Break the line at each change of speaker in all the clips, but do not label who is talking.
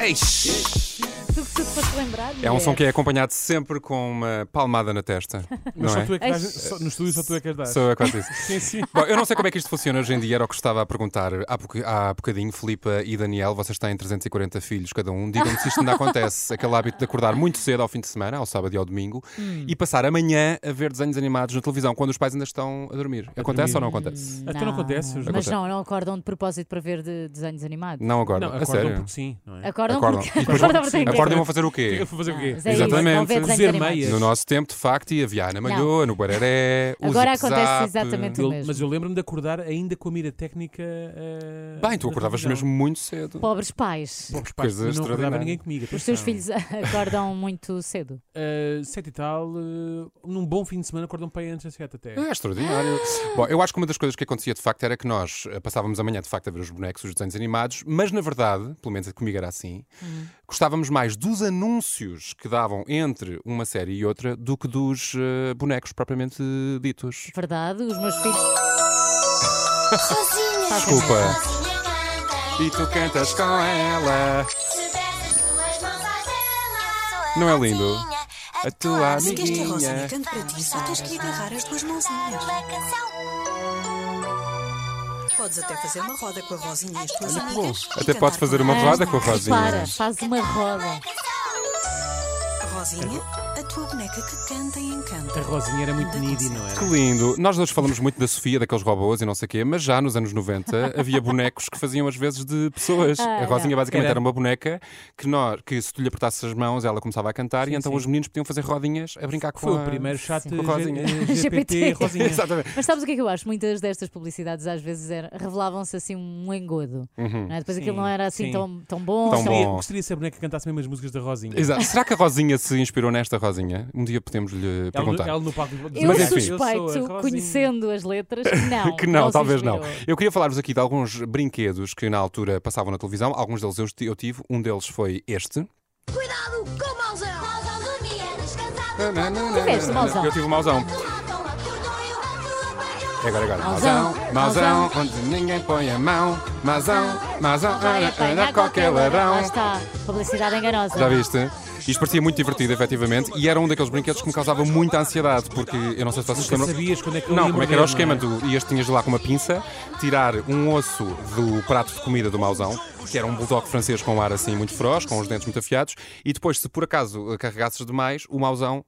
Eis!
Tudo que tu te foste lembrar.
É um som que é acompanhado sempre com uma palmada na testa.
Mas
Não
só
é?
tu é que dás,
Ai,
só- no estúdio só tu é que as dás.
Sou eu quase isso.
Sim, sim.
Bom, eu não sei como é que isto funciona hoje em dia, era o que estava a perguntar há, boc- há bocadinho. Filipa e Daniel, vocês têm 340 filhos cada um. Digam-me se isto ainda acontece. Aquele hábito de acordar muito cedo ao fim de semana, ao sábado e ao domingo, e passar amanhã a ver desenhos animados na televisão, quando os pais ainda estão a dormir. Acontece
dormir.
ou não acontece?
Até não acontece, eu
Mas
juro.
não, não acordam de propósito para ver de- desenhos animados.
Não agora,
Não,
a
acordam
sério.
porque sim, não é?
Acordam,
Acordam.
porque
E depois vão-
acordam porque têm que-
Acordem e vão fazer o
Eu
quê?
vou fazer o
Ah,
quê?
mas é isso,
Exatamente.
vão ver desenhos
Cozer
animados.
meias.
No nosso tempo, de facto, e havia na Malhou, no Bararé, o
Agora
Zip
acontece
Zap.
exatamente o
Eu-
é mesmo.
mas eu lembro-me de acordar ainda com a mira técnica. eh,
Bem, tu
da
acordavas
televisão.
mesmo muito cedo.
Pobres pais.
Poucos pais,
Coisa
não acordava
extraordinária.
ninguém comigo.
Os teus
atenção.
filhos acordam muito cedo.
Eh, sete e tal, eh, num bom fim de semana, acordam para antes das sete até.
É extraordinário. Bom, eu acho que uma das coisas que acontecia de facto era que nós eh, passávamos a manhã de facto a ver os bonecos, os desenhos animados, mas na verdade, pelo menos comigo era assim, gostávamos mais dos anúncios que davam entre uma série e outra do que dos eh, bonecos propriamente ditos.
Verdade, os meus filhos.
Desculpa. E tu cantas com ela. Não é lindo? A tua
Se queres é que a Rosinha
amiguinha.
cante para ti, só tens que agarrar as duas mãozinhas. Podes até fazer uma roda com a Rosinha e as tuas amigas. e
Até
cantar
podes fazer
com
uma
Ah,
ela.
roda com a Rosinha.
Repara, faz uma roda.
Rosinha, a tua boneca que canta e encanta.
A Rosinha era muito needy, não
Que
era?
lindo! Nós hoje falamos muito da Sofia, daqueles robôs e não sei o quê, mas já nos anos 90 havia bonecos que faziam às vezes de pessoas. a Rosinha basicamente
Era.
era uma boneca que, nós, que se tu lhe apertasses as mãos ela começava a cantar e então
sim.
os meninos podiam fazer rodinhas a brincar com
Foi
a-
o primeiro chat
com a Rosinha.
G- GPT Rosinha.
Exatamente.
Mas sabes o que é que eu acho? Muitas destas publicidades às vezes era- revelavam-se assim um engodo. não é? Depois aquilo
Sim,
não era assim
sim.
tão, tão bom.
Uhum. Tão
Gostaria,
bom.
gostaria se a boneca é cantasse mesmo as músicas da Rosinha.
Exato. Será que a Rosinha se inspirou nesta Rosinha? Um dia podemos lhe
Ela, no-
perguntar.
ela no palco.
Eu
Mas enfim.
Eu sou a
suspeito,
Rosinha.
conhecendo as letras, que não.
que não,
se
talvez não.
inspirou.
Eu queria falar-vos aqui de alguns brinquedos que na altura passavam na televisão. Alguns deles eu, esti- eu tive. Um deles foi este.
Cuidado com o mauzão! Mauzão dormia descansado.
Tiveste mauzão.
Eu tive o mauzão. É agora, agora.
Mauzão,
mauzão, onde ninguém põe a mão. Mauzão, mauzão,
Vai apanhar qualquer ladrão. Lá está, publicidade enganosa.
Já viste? Isto parecia muito divertido, efetivamente, e era um daqueles brinquedos que me causava muita ansiedade, porque eu não sei se vocês se lembram.
Nunca sabias quando é que ele
Não,
ia
como é que era o
morder,
esquema?
não
Tu ias, tinhas lá com uma pinça, tirar um osso do prato de comida do mauzão, que era um bulldog francês com um ar assim muito feroz, com os dentes muito afiados, e depois, se por acaso eh, carregasses demais, o mauzão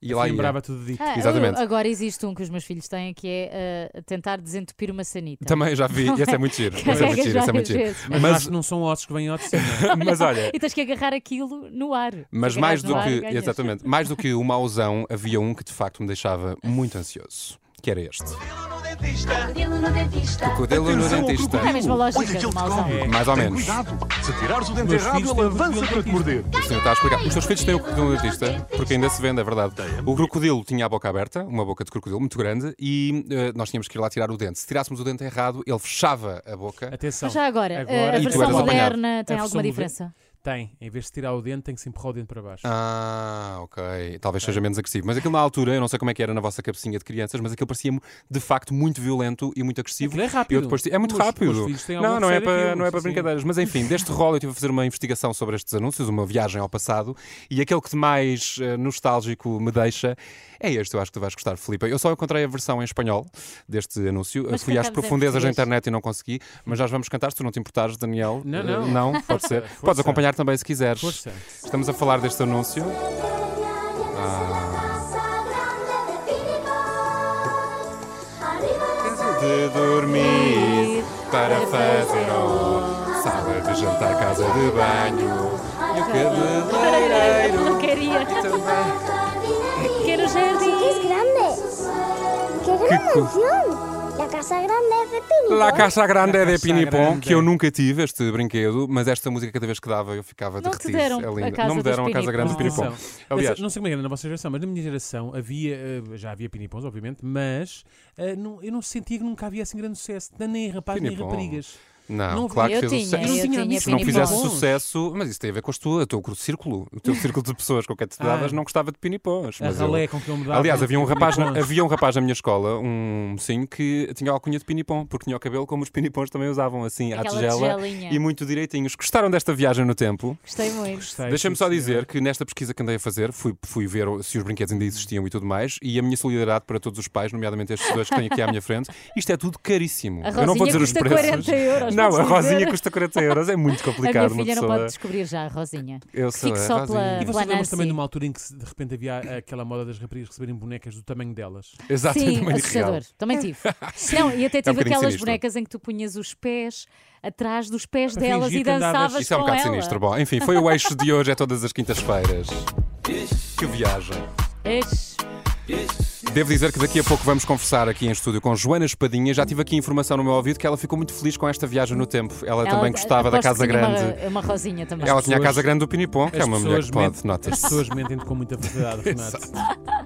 ia lá e
Lembrava tudo de ti.
Ah,
Exatamente.
eu- agora existe um que os meus filhos têm que é ah, tentar desentupir uma sanita.
Também já vi, esse é muito giro. Esse é muito
Carregas
giro, esse é muito
várias
giro.
vezes.
Mas,
Mas-
acho que não são ossos que vêm ao de cima.
Mas olha,
E tens que agarrar aquilo no ar.
Mas
Se
mais
agarrares
do
no ar,
que,
ganhas.
exatamente, mais do que o mauzão, havia um que de facto me deixava muito ansioso, que era este.
Cabelo no dentista.
Codelo no
Atenção ao
dentista.
É a mesma lógica do mauzão.
Mais ou menos.
Cuidado, se tirares o dente
Meus
errado,
filhos
ele
têm o
avança
dente
para te
dentista.
morder.
O senhor está a explicar. Os teus filhos têm o crocodilo no dentista, porque ainda se vende, é verdade. O crocodilo tinha a boca aberta, uma boca de crocodilo muito grande, e eh, nós tínhamos que ir lá tirar o dente. Se tirássemos o dente errado, ele fechava a boca.
Atenção.
Mas já agora,
Agora-
ah, a
então. E tu
versão
eras apanhado. É
moderna tem
A versão
alguma
moder-
diferença?
Tem. Em vez de tirar o dente, tem que se empurrar o dente para baixo.
Ah, ok.
É.
Talvez seja menos agressivo. Mas aquilo na altura, eu não sei como é que era na vossa cabecinha de crianças, mas aquilo parecia-me de facto muito violento e muito agressivo.
Aquilo é rápido.
Eu depois- É muito
Os- os
rápido.
filhos têm algum
não, não é,
receio
para,
daquilo,
não é
sim,
para
sim.
brincadeiras. Mas enfim, deste rol eu estive a fazer uma investigação sobre estes anúncios, uma viagem ao passado, e aquele que de mais eh, nostálgico me deixa é este. Eu acho que tu vais gostar, Filipe. Eu só encontrei a versão em espanhol deste anúncio.
Mas
Fui às
cantamos em
profundezas da
português.
internet e não consegui, mas nós vamos cantar, se tu não te importares, Daniel.
Não,
Eh,
não.
Não, pode ser.
Força.
Podes acompanhar também se quiseres.
Força.
Estamos a falar deste anúncio. de dormir para fazer o sala de jantar, casa de banho e o cabeleireiro
Não queria.
também.
Quero jardim.
es grande. ¡Qué gran
co-
mansión! La casa grande de Pini.
La Caixa Grande é de
Caixa
Pinipom,
Grande.
que eu nunca tive este brinquedo, mas esta música cada vez que dava eu ficava
Não te
derretido.
deram
é
a
linda.
Casa
não me deram
dos
a Casa Grande de
Pinipom.
Pinipom. Aliás,
não sei como é que era na vossa geração, mas na minha geração havia, eh, já havia pinipons, obviamente, mas eh, não- eu não sentia que nunca havia assim grande sucesso, nem em rapazes nem em
Pinipom.
raparigas.
Não,
Não,
claro
eu
que fez
tinha,
um sucesso.
eu
Não tinha
tinha
amigos.
Se não
Pinipom.
fizesse
Pinipons.
sucesso, mas isso tem a ver com as tuas, o teu círculo, o teu círculo de pessoas com quem te
Ah.
davas não gostava de pinipons.
A
mas eu-
ralé com que eu me dava.
Aliás, havia um, rapaz na,
Pinipons.
havia um rapaz na minha escola, um mocinho, que tinha a alcunha de pinipom, porque tinha o cabelo como os pinipons também usavam, assim, à
Aquela
tigela
tigelinha.
e muito direitinhos. Gostaram desta viagem no tempo?
Gostei muito.
Gostei,
Deixa-me
sim,
só
senhor.
dizer que nesta pesquisa que andei a fazer, fui, fui ver o- se os brinquedos ainda existiam e tudo mais, e a minha solidariedade para todos os pais, nomeadamente estes dois que têm aqui à minha frente, isto é tudo caríssimo.
A
Eu não vou
Rosinha
dizer os
custa
preços.
40 euros,
não, a
podes
Rosinha
dizer.
custa 40 euros, é muito complicado.
a
uma
minha filha não
pessoa...
pode descobrir já, a Rosinha.
Eu
Que
sei,
fique só
Rosinha.
pela-
E
pela-
vocês lembram-se
Nancy.
também de uma altura em que se- de repente havia eh, aquela moda das raparigas receberem bonecas do tamanho delas?
Exato,
Sim,
também
assustador. Também tive. Não, e até
É um
tive
bocadinho
aquelas
sinistro.
bonecas em que tu punhas os pés atrás dos pés
Para
delas
fingir
e
que andavas.
dançavas
Isso é um
com
bocado
ela.
sinistro. Bom, enfim, foi o eixo de hoje, é todas as quintas-feiras. Que viagem.
Ex-
Devo dizer que daqui a pouco vamos conversar aqui em estúdio com Joana Espadinha. Já tive aqui informação no meu ouvido que ela ficou muito feliz com esta viagem no tempo. Ela, também
é-
ela-
gostava da
aposto
Casa
que tinha
Grande.
Uma, uma rosinha também.
Ela tinha a
pessoas-
Casa Grande do Pinipom, que é
As
uma mulher
pessoas
que pode,
mentem-
notas.
As pessoas mentem com muita facilidade, Renato.